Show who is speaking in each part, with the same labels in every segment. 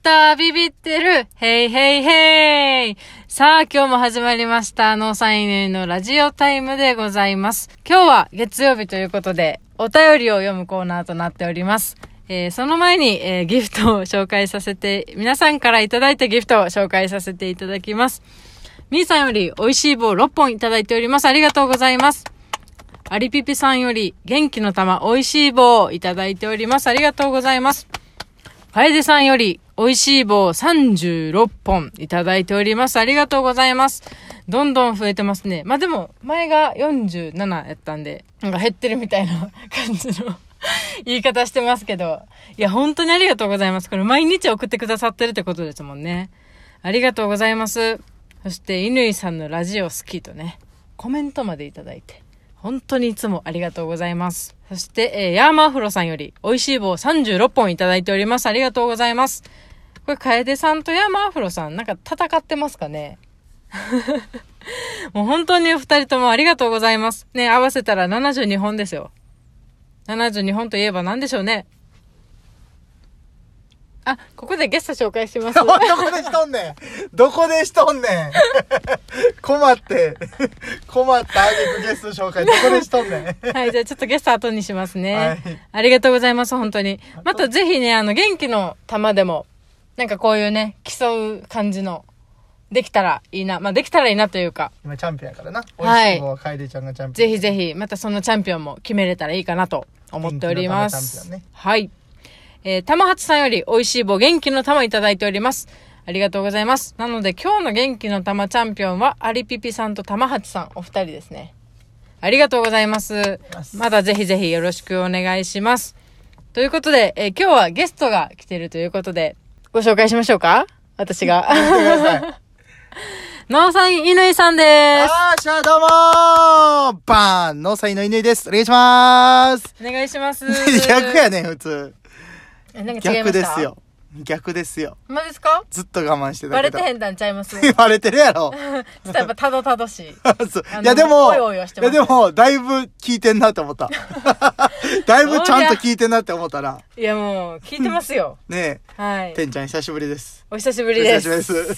Speaker 1: たビビってるヘイヘイヘイさあ、今日も始まりました。ノーサイン入りのラジオタイムでございます。今日は月曜日ということで、お便りを読むコーナーとなっております。えーその前に、えーギフトを紹介させて、皆さんからいただいたギフトを紹介させていただきます。みーさんより美味しい棒6本いただいております。ありがとうございます。アリピピさんより元気の玉美味しい棒をいただいております。ありがとうございます。カエデさんより美味しい棒36本いただいております。ありがとうございます。どんどん増えてますね。まあでも前が47やったんで、なんか減ってるみたいな感じの 言い方してますけど。いや本当にありがとうございます。これ毎日送ってくださってるってことですもんね。ありがとうございます。そして、乾さんのラジオ好きとね、コメントまでいただいて、本当にいつもありがとうございます。そして、えーヤーマーフロさんより、美味しい棒36本いただいております。ありがとうございます。これ、楓さんとヤーマーフロさん、なんか戦ってますかね もう本当にお二人ともありがとうございます。ね、合わせたら72本ですよ。72本といえば何でしょうね。あ、ここでゲスト紹介します
Speaker 2: ど。こでしとんねんどこでしとんねん困って、困ったあげくゲスト紹介、どこでしとんねん
Speaker 1: はい、じゃあちょっとゲスト後にしますね。
Speaker 2: はい
Speaker 1: ありがとうございます、本当に。またぜひね、あの、元気の玉でも、なんかこういうね、競う感じの、できたらいいな。まあ、できたらいいなというか、
Speaker 2: 今チャンピオンやからな。
Speaker 1: はい
Speaker 2: 美味しい棒は楓ちゃんがチャンピ
Speaker 1: ぜ
Speaker 2: オン。
Speaker 1: ひぜひ、またそのチャンピオンも決めれたらいいかなと思っておりま
Speaker 2: 元気
Speaker 1: す。
Speaker 2: の玉チャンピオンね
Speaker 1: はい。えー、玉八さんより美味しい棒元気の玉いただいております。ありがとうございます。なので今日の元気の玉チャンピオンは、アリピピさんと玉八さん、お二人ですね。ありがとうございます
Speaker 2: ざいま。す
Speaker 1: まだぜひぜひよろしくお願いします。ということで、えー今日はゲストが来てるということで、ご紹介しましょうか私 が。
Speaker 2: 見てく ださい。
Speaker 1: ノーサイン乾さんです。
Speaker 2: あーしゃどうもーバーンの才の犬です。お願いしまーす。
Speaker 1: お願いします。
Speaker 2: 逆やねん、普通。
Speaker 1: えなんか違いま
Speaker 2: 逆
Speaker 1: した
Speaker 2: ですよ。逆ですよ。
Speaker 1: まですか
Speaker 2: ずっと我慢してた
Speaker 1: バ
Speaker 2: け
Speaker 1: レ
Speaker 2: ど。
Speaker 1: てへんだんちゃいますちょ
Speaker 2: へん。バレてるやろ。
Speaker 1: っとやっぱたどたど しい。
Speaker 2: そう
Speaker 1: あの
Speaker 2: いやでも、
Speaker 1: おいお
Speaker 2: い
Speaker 1: いはしてま
Speaker 2: や
Speaker 1: す
Speaker 2: でも、だいぶ聞いてんなって 思った。だいぶちゃんと聞いてんなって思ったら、
Speaker 1: いやもう、聞いてますよ。
Speaker 2: ね
Speaker 1: は
Speaker 2: え、
Speaker 1: い。
Speaker 2: てんちゃん久しぶりです。
Speaker 1: お久しぶ
Speaker 2: お
Speaker 1: りです。
Speaker 2: 久しぶりで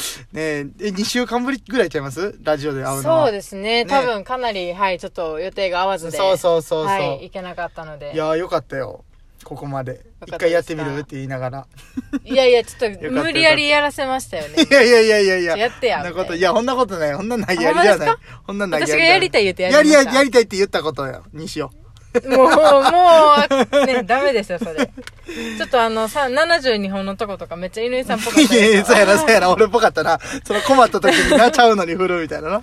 Speaker 2: す。 ねえ、え、2週間ぶりぐらいちゃいますラジオで会うのは。
Speaker 1: そう
Speaker 2: で
Speaker 1: ですね。
Speaker 2: ね
Speaker 1: 多分かなり、はい、ちょっと予定が合わずで。
Speaker 2: そうそうそうそう。
Speaker 1: はい、
Speaker 2: い
Speaker 1: 行けなかったので。いや
Speaker 2: やーよかったよ。ここまで。
Speaker 1: よか
Speaker 2: 一
Speaker 1: ったですか
Speaker 2: 回やってみるって言いながら。
Speaker 1: いやちょっと
Speaker 2: よかった
Speaker 1: 無理やりやらせましたよ ね
Speaker 2: い。やいやいやいやいや。
Speaker 1: やってや
Speaker 2: そんな
Speaker 1: みたい
Speaker 2: こ
Speaker 1: な
Speaker 2: と、いや、ほんなことない。ほんなないや
Speaker 1: あ
Speaker 2: りじゃ
Speaker 1: ほんま
Speaker 2: な
Speaker 1: で
Speaker 2: い。ほんなない
Speaker 1: 私がやりた
Speaker 2: い
Speaker 1: い言うて
Speaker 2: や
Speaker 1: や
Speaker 2: り
Speaker 1: り
Speaker 2: や
Speaker 1: ま
Speaker 2: り
Speaker 1: した。
Speaker 2: やりたいって言ったことよ。にしよ
Speaker 1: もう、もう、ね、ダメですよ、それ。ちょっとあの、さ、72本のとことかめっちゃ乾さんっぽか
Speaker 2: う。
Speaker 1: っ
Speaker 2: い
Speaker 1: たですよ
Speaker 2: やいや、そうやな、そうやな。俺っぽかったな。その困った時にな、ちゃうのに振るみたいなな。わ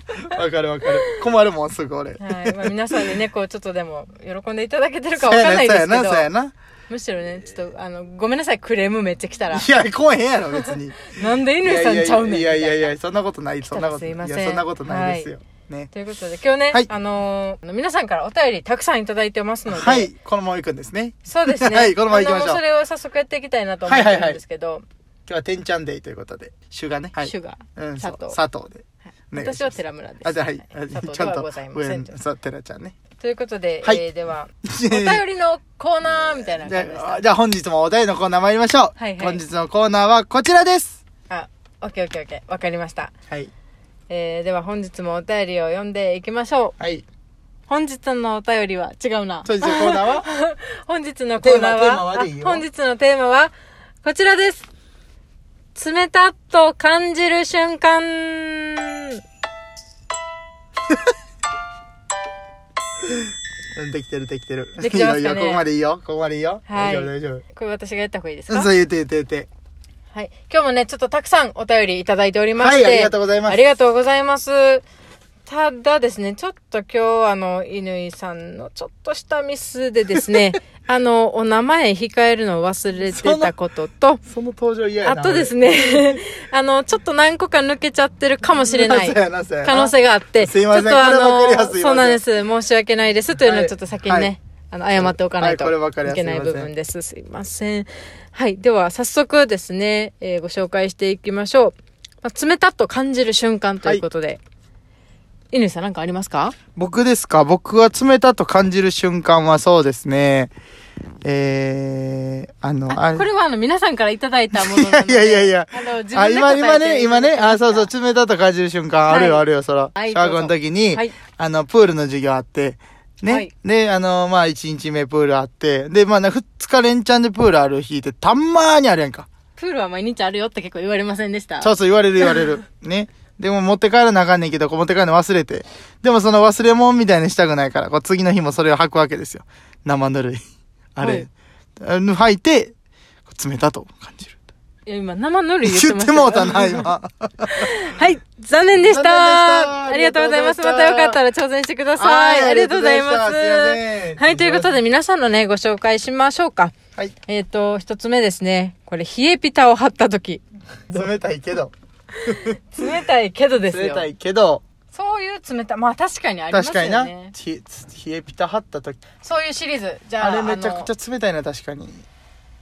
Speaker 2: かるわかる。困るもん、すぐ俺。
Speaker 1: はい。まあ皆さんにね、こう、ちょっとでも、喜んでいただけてるか
Speaker 2: そう
Speaker 1: わか
Speaker 2: や
Speaker 1: んない
Speaker 2: な、
Speaker 1: で
Speaker 2: そ
Speaker 1: すけ
Speaker 2: うやな、
Speaker 1: ど
Speaker 2: そう。やな。
Speaker 1: むしろね、ちょっと、あの、ごめんなさい、クレームめっちゃ来たら。
Speaker 2: いや、来へんやろ、別に。
Speaker 1: なんで
Speaker 2: いや
Speaker 1: 乾さんちゃうねん。
Speaker 2: いやいやい
Speaker 1: みた
Speaker 2: や、そんなことない、そんなこと
Speaker 1: 来たらすいません
Speaker 2: や、そんなことないですよ。ね。
Speaker 1: ということで、今日ね、
Speaker 2: はい
Speaker 1: あのーあの皆さんからお便りたくさんいただいてますので、
Speaker 2: はい、このまま行くんですね。
Speaker 1: そうですね。
Speaker 2: はいこのまま行きましょう
Speaker 1: あのそれを早速やっていきたいなと思って
Speaker 2: はいはい
Speaker 1: る
Speaker 2: は
Speaker 1: ん
Speaker 2: い
Speaker 1: ですけど、
Speaker 2: 今日は、てんちゃんデイということで。主がね。はい。
Speaker 1: シュガー、
Speaker 2: うん、
Speaker 1: 佐
Speaker 2: そう
Speaker 1: 藤。
Speaker 2: 佐藤で。お願いします
Speaker 1: 私は寺村です。
Speaker 2: あ、じゃあ、はい。
Speaker 1: 佐藤
Speaker 2: ち
Speaker 1: で
Speaker 2: ゃん
Speaker 1: は
Speaker 2: と
Speaker 1: ござい、ませ
Speaker 2: 上
Speaker 1: ん
Speaker 2: に、。そう、てらちゃんね。
Speaker 1: ということで、
Speaker 2: はい
Speaker 1: えーで は、
Speaker 2: い
Speaker 1: お
Speaker 2: や
Speaker 1: 便
Speaker 2: いや
Speaker 1: りのコーナーみたいな
Speaker 2: じゃ
Speaker 1: 感じでし
Speaker 2: あ、じゃあ本日もお題のコーナー参りましょう。
Speaker 1: はいはい
Speaker 2: 本日のコーナーはこちらです。
Speaker 1: た。あ、オッケーオッケーオッケー。わかりました。
Speaker 2: はい。
Speaker 1: えーでは本日もお便りを読んでいきましょう。
Speaker 2: はい。
Speaker 1: 本日のお便りは違うな。
Speaker 2: 本日のコー ナーは
Speaker 1: 本日のコーナー
Speaker 2: テーマテー
Speaker 1: は、
Speaker 2: マはでいい
Speaker 1: あ
Speaker 2: よ
Speaker 1: 本日のテーマは、こちらです。冷たっと感じる瞬間。
Speaker 2: うん、できてるできてる。
Speaker 1: できてますかね
Speaker 2: いいよいいよ、ここまでいいよ。ここま
Speaker 1: は
Speaker 2: でいいよ。
Speaker 1: い
Speaker 2: 大丈夫大丈夫。
Speaker 1: これ私がやった方がいいです
Speaker 2: うん
Speaker 1: か
Speaker 2: そう言って言って言って。
Speaker 1: はい。今日もね、ちょっとたくさんお便りいただいておりまして。
Speaker 2: はいありがとうございます
Speaker 1: ありがとうございます。ただですね、ちょっと今日あの、乾さんのちょっとしたミスでです ね、あの、お名前控えるのを忘れてたことと、
Speaker 2: その登場嫌や
Speaker 1: あ
Speaker 2: な。
Speaker 1: とです
Speaker 2: ね、
Speaker 1: ね、 あの、ちょっと何個か抜けちゃってるかもしれない
Speaker 2: そう。やな、そうやな
Speaker 1: 可能性があって、
Speaker 2: すいません
Speaker 1: ちょっとあ
Speaker 2: これ分かりやす
Speaker 1: の、
Speaker 2: い
Speaker 1: そうなんです。申し訳ないです。というの
Speaker 2: は
Speaker 1: を
Speaker 2: い
Speaker 1: ちょっと先にね、
Speaker 2: はい
Speaker 1: あの、謝っておかないと
Speaker 2: はいこれ分か
Speaker 1: い
Speaker 2: りやすい
Speaker 1: けない部分です。すいません。はい。では、早速ですね、えーご紹介していきましょう。まあ、冷たっと感じる瞬間ということで。犬さん何かありますか
Speaker 2: 僕ですか僕は冷たと感じる瞬間はそうですね。えー、あの、
Speaker 1: あ、これはあの、皆さんからいただいたものなので。
Speaker 2: いやいやいや
Speaker 1: あの、自
Speaker 2: あ、
Speaker 1: 分で
Speaker 2: 今、
Speaker 1: 答えて
Speaker 2: 今ね、今ね、あ、そうそうう、冷たと感じる瞬間あるよ、
Speaker 1: はい
Speaker 2: あるよ、そら。
Speaker 1: はい
Speaker 2: 小学校の時に、
Speaker 1: はい
Speaker 2: あの、プールの授業あって、ね。
Speaker 1: はい
Speaker 2: で、あの、まあ、1日目プールあって、で、まあ、2日連チャンでプールある日って、たんまーにあるやんか。
Speaker 1: プールは毎日あるよって結構言われませんでした。
Speaker 2: そうそう、言われる言われる。ね。でも持って帰らなあかんねんけど、こう持って帰るの忘れて。でもその忘れ物みたいにしたくないから、こう次の日もそれを履くわけですよ。生ぬるい。あれ。あの履いて、こう冷たと感じる。
Speaker 1: いや、今、生ぬるい言
Speaker 2: 言
Speaker 1: っ
Speaker 2: ってて
Speaker 1: ま
Speaker 2: も
Speaker 1: し
Speaker 2: う
Speaker 1: た
Speaker 2: た
Speaker 1: よ。
Speaker 2: な、今。
Speaker 1: はい、残念でした
Speaker 2: 残念でした
Speaker 1: ありがとうございます。またよかったら挑戦してください。
Speaker 2: はい
Speaker 1: ありがとうございま
Speaker 2: ありがとうございましたすいま
Speaker 1: す
Speaker 2: せ。ん
Speaker 1: はい、ということで皆さんのね、ご紹介しましょうか。
Speaker 2: はい。
Speaker 1: えっ、と、一つ目ですね。これ、冷えピタを貼った時。
Speaker 2: 冷たいけど。
Speaker 1: 冷たいけどですよ。
Speaker 2: 冷たいけど、
Speaker 1: そういう冷たい。まあ確かにあります
Speaker 2: 確
Speaker 1: よね。
Speaker 2: かにな。冷えピタ張った時。
Speaker 1: そういうシリーズ。じゃあ、
Speaker 2: あれめちゃく
Speaker 1: ゃ。
Speaker 2: ちゃ冷たいな、確かに。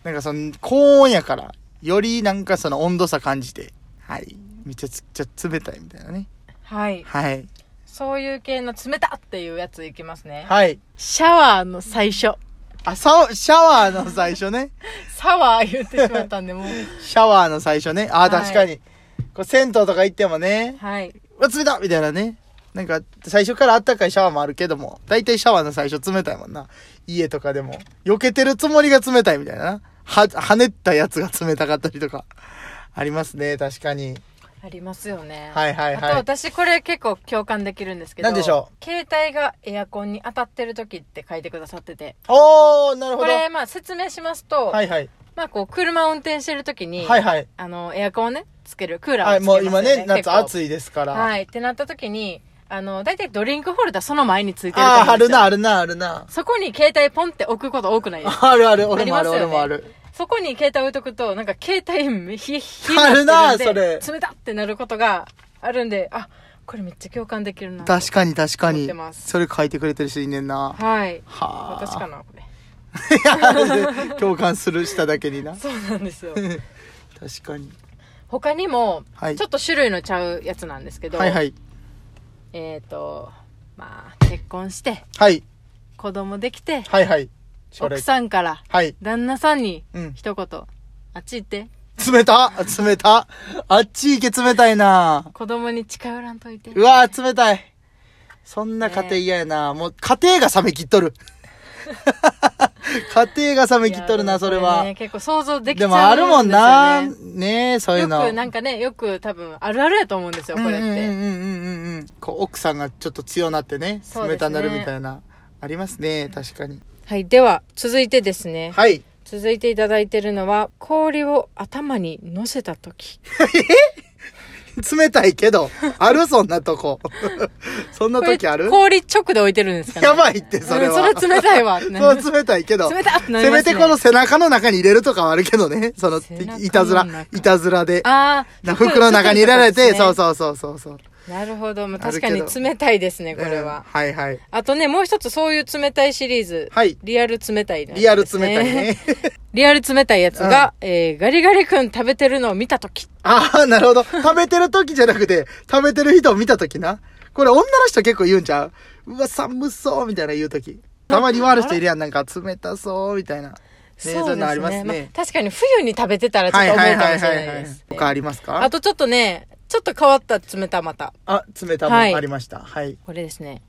Speaker 2: なんかその、高温やから、よりなんかその温度差感じて。はい。めちゃくちゃ冷たいみたいなね。
Speaker 1: はい。
Speaker 2: はい。
Speaker 1: そういう系の冷たっていうやついきますね。
Speaker 2: はい。
Speaker 1: シャワーの最初。
Speaker 2: あ、さシャワーの最初ね。
Speaker 1: サワー言ってしまったんで、もう。
Speaker 2: シャワーの最初ね。あ
Speaker 1: は
Speaker 2: ー、
Speaker 1: い
Speaker 2: 確かに。こう、銭湯とか行ってもね、
Speaker 1: はい。
Speaker 2: うわ、冷たみたいなね。なんか、最初からあったかいシャワーもあるけども、大体シャワーの最初冷たいもんな。家とかでも。避けてるつもりが冷たいみたいなな。は、跳ねったやつが冷たかったりとか。ありますね、確かに。
Speaker 1: ありますよね。
Speaker 2: はいはいは
Speaker 1: あ
Speaker 2: い
Speaker 1: と私これ結構共感できるんですけど。
Speaker 2: 何でしょ
Speaker 1: う携帯がエアコンに当たってる時って書いてくださってて。
Speaker 2: おー、なるほ
Speaker 1: こ
Speaker 2: ど。
Speaker 1: れ、まあ説明しますと、
Speaker 2: はいはい。
Speaker 1: まあこう、車を運転してる時に、
Speaker 2: はいはい。
Speaker 1: あの、エアコンをね、つける、クーラーを
Speaker 2: は
Speaker 1: つ
Speaker 2: い、
Speaker 1: けま
Speaker 2: も
Speaker 1: すよ
Speaker 2: う
Speaker 1: ね。
Speaker 2: 今ね、夏
Speaker 1: い
Speaker 2: 暑いですから。
Speaker 1: はい。ってなった時に、あの、大体ドリンクホルダーその前についてると思うん
Speaker 2: あー、あ
Speaker 1: です
Speaker 2: る
Speaker 1: よ
Speaker 2: な、あるな、あるな。
Speaker 1: そこに携帯ポンって置くこと多くないですか
Speaker 2: あるある、俺もある、
Speaker 1: あり
Speaker 2: 俺
Speaker 1: ますよね
Speaker 2: もある。
Speaker 1: そこに携帯置いとくと、なんか携帯め、ひ、ひ、
Speaker 2: あるな
Speaker 1: ひって
Speaker 2: そ
Speaker 1: 冷たってなることがあるんで、あ、これめっちゃ共感できるな。
Speaker 2: 確かに確か
Speaker 1: 思っ
Speaker 2: に
Speaker 1: てます
Speaker 2: それ書いてくれてる人いんねんな
Speaker 1: はい。
Speaker 2: はあ
Speaker 1: 私かな、これ。
Speaker 2: いや共感するしただ けにな
Speaker 1: そうなんです よ。
Speaker 2: 確かに
Speaker 1: 他にも、
Speaker 2: はい
Speaker 1: ちょっと種類のちゃうやつなんですけど、
Speaker 2: はいはい
Speaker 1: えっ、と、まあ、結婚して、
Speaker 2: はい
Speaker 1: 子供できて、
Speaker 2: はいはいそれ
Speaker 1: 奥さんから、
Speaker 2: はい
Speaker 1: 旦那さんに
Speaker 2: うん
Speaker 1: 一言、あっち行って、
Speaker 2: 冷た冷たあっち行け冷たいな
Speaker 1: 子供に近寄らんといて。
Speaker 2: うわー冷たいそんな家庭嫌やなもう家庭が冷めきっ とる家庭が冷めきっとる
Speaker 1: い
Speaker 2: な
Speaker 1: や
Speaker 2: それ
Speaker 1: こ
Speaker 2: は
Speaker 1: ね結構想像できちゃ
Speaker 2: で
Speaker 1: うん
Speaker 2: もあるもんな
Speaker 1: ですよね
Speaker 2: ねえそういうの
Speaker 1: よくなんかね、よく多分あるあるやと思うんですよ、これって。
Speaker 2: うんうんうんうんうんうんこう奥さんがちょっと強なってね
Speaker 1: そうですね
Speaker 2: 冷たなるみたいな、ありますね確かに
Speaker 1: はい、では続いてですね、
Speaker 2: はい
Speaker 1: 続いていただいてるのは、氷を頭に乗せた時。
Speaker 2: 冷たい けどあるそんなとこ そんな時ある
Speaker 1: これ氷直で置いてるんですかね。
Speaker 2: やばいってそれは、
Speaker 1: うんそれ冷たいわってなります
Speaker 2: そう冷たいけど
Speaker 1: 冷たってなり
Speaker 2: せ
Speaker 1: ま
Speaker 2: め
Speaker 1: すね
Speaker 2: てこの背中の中に入れるとかはあるけ どねその
Speaker 1: 背中の中
Speaker 2: いたずらいたずらで
Speaker 1: ああ、
Speaker 2: な服の中に入れられて、そう
Speaker 1: う。
Speaker 2: そうそうそうそう
Speaker 1: なるほど、まあ、
Speaker 2: ある
Speaker 1: 確
Speaker 2: け
Speaker 1: か
Speaker 2: ど
Speaker 1: に冷たいですね、これ
Speaker 2: うん
Speaker 1: は。
Speaker 2: はいはい
Speaker 1: あとね、もう一つそういう冷たいシリーズ。
Speaker 2: はい
Speaker 1: リアル冷たい、ね。
Speaker 2: リアル冷たい。ね
Speaker 1: リアル冷たいやつが、えー、ガリガリ君食べてるのを見た時。
Speaker 2: ああ、なるほど。食べてる時じゃなくて、食べてる人を見た時な。これ女の人結構言うんちゃううわ、寒そうみたいな言う時。たまに言われる人いるやん。なんか冷たそうみたいな。ね、そういうのありますね。
Speaker 1: 確かに冬に食べてたらちょっと思うかもしれないです。
Speaker 2: 他ありますか
Speaker 1: あとちょっとね、ちょっと変わった冷たまた。
Speaker 2: あ、冷たも
Speaker 1: はい
Speaker 2: ありました。はい。
Speaker 1: これですね。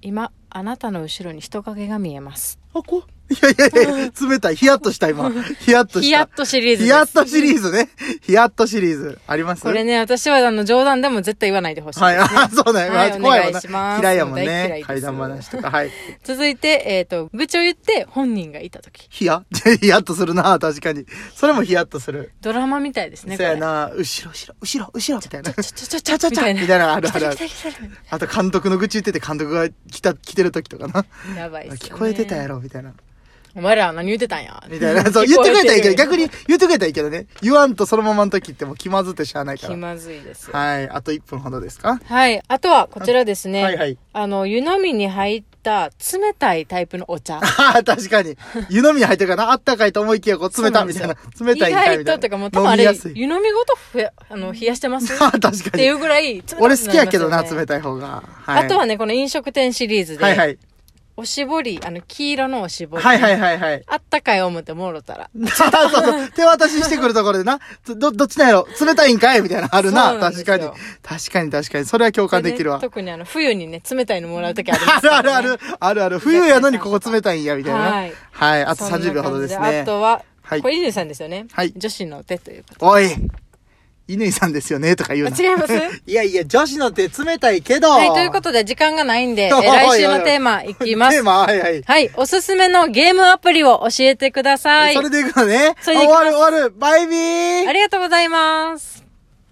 Speaker 1: 今、あなたの後ろに人影が見えます。
Speaker 2: あ、こいやいやいや、冷たい。ヒヤッとした 今。ヒヤッとした。
Speaker 1: ヒヤッとシリーズです。
Speaker 2: ヒヤッとシリーズね。ヒヤッとシリーズ。あります
Speaker 1: これね、私はあの冗談でも絶対言わないでほしい。
Speaker 2: はい。あ、そうだよ。
Speaker 1: はい
Speaker 2: まあ怖いもん
Speaker 1: お願いしま
Speaker 2: な。
Speaker 1: す
Speaker 2: 嫌いやもん
Speaker 1: 大嫌い
Speaker 2: ね
Speaker 1: で。す
Speaker 2: 怪談話とか。はい。
Speaker 1: 続いて、えっ、と、愚痴を言って本人がいたとき。
Speaker 2: ヒヤ ヒヤッとするな、確かに。それもヒヤッとする。
Speaker 1: ドラマみたいですね、
Speaker 2: そ
Speaker 1: こ
Speaker 2: や
Speaker 1: れ。
Speaker 2: な、後ろ、後ろ、後ろ、後ろ、みたいな。
Speaker 1: ちょちょちょちょ
Speaker 2: み
Speaker 1: みた
Speaker 2: た
Speaker 1: い
Speaker 2: いな。
Speaker 1: な。
Speaker 2: のあるあるあ
Speaker 1: 来た
Speaker 2: る。
Speaker 1: 来た来た来
Speaker 2: あと監督の愚痴言ってて監督が来た、来てる時とかな。
Speaker 1: たやばいっす、ね。
Speaker 2: 聞こえてたやろ、みたいな。
Speaker 1: お前ら何言ってたんや。
Speaker 2: みた いな。そう、言ってくれたらいいけど、
Speaker 1: 聞こ
Speaker 2: 逆に言ってくれたらいいけどね。言わんとそのままの時ってもう気まずってしゃあない
Speaker 1: えて
Speaker 2: か
Speaker 1: る気
Speaker 2: ら。
Speaker 1: まずいですよ。
Speaker 2: はい。あと1分ほどですか
Speaker 1: はい。あとは、こちらですね。
Speaker 2: はいはい。
Speaker 1: あの、湯飲みに入った冷たいタイプのお茶。
Speaker 2: ああ、確かに。湯飲みに入ってるかなあったかいと思いきや、こう、冷た、みたいな。冷たい
Speaker 1: 意
Speaker 2: みたい
Speaker 1: 外
Speaker 2: みた
Speaker 1: とと
Speaker 2: い
Speaker 1: か
Speaker 2: な。
Speaker 1: もう多分あ
Speaker 2: 飲み
Speaker 1: れ
Speaker 2: やす、い。
Speaker 1: 湯飲みごとふやあの冷やして ますっ
Speaker 2: ああ、確か
Speaker 1: てい
Speaker 2: に。
Speaker 1: うぐらい冷たくなりますよね、
Speaker 2: 俺好きやけどな、冷たい方が。はい。
Speaker 1: あとはね、この飲食店シリーズで、
Speaker 2: はいはい。
Speaker 1: おしぼり、あの、黄色のおしぼり。
Speaker 2: はいはいはいはい。
Speaker 1: あったかい思ってもろた ら。
Speaker 2: そうそう手渡ししてくるところでな、ど、どっちなんやろ冷たいんかいみたいなのあるな。
Speaker 1: そうなんで
Speaker 2: 確
Speaker 1: すよ
Speaker 2: かに。確かに確かに。それは共感できるわ。
Speaker 1: ね特にあの、冬にね、冷たいのもらうときありま
Speaker 2: あ
Speaker 1: す
Speaker 2: る
Speaker 1: か
Speaker 2: ある
Speaker 1: ら
Speaker 2: あ
Speaker 1: ね、
Speaker 2: る。あるある。冬やのにここ冷たいんや、みたいな。
Speaker 1: は
Speaker 2: はいい。はい。あと
Speaker 1: そんな
Speaker 2: 30秒ほどです
Speaker 1: 感じ
Speaker 2: ね
Speaker 1: あ。とは、
Speaker 2: はい
Speaker 1: これ、犬さんですよね。
Speaker 2: はい
Speaker 1: 女子の手ということ。
Speaker 2: おい乾さんですよねとか言う
Speaker 1: あ
Speaker 2: な。
Speaker 1: 違います
Speaker 2: いやいや、女子の手冷たいけど。
Speaker 1: はい、ということで、時間がないんで、え
Speaker 2: おいおいおい
Speaker 1: 来週のテーマいきま
Speaker 2: テ
Speaker 1: す
Speaker 2: ー。マ、はいはい。
Speaker 1: はい、おすすめのゲームアプリを教えてください。
Speaker 2: それでいくのね。
Speaker 1: それでいき
Speaker 2: 終
Speaker 1: ます
Speaker 2: わる終わる。バイビー
Speaker 1: ありがとうございます。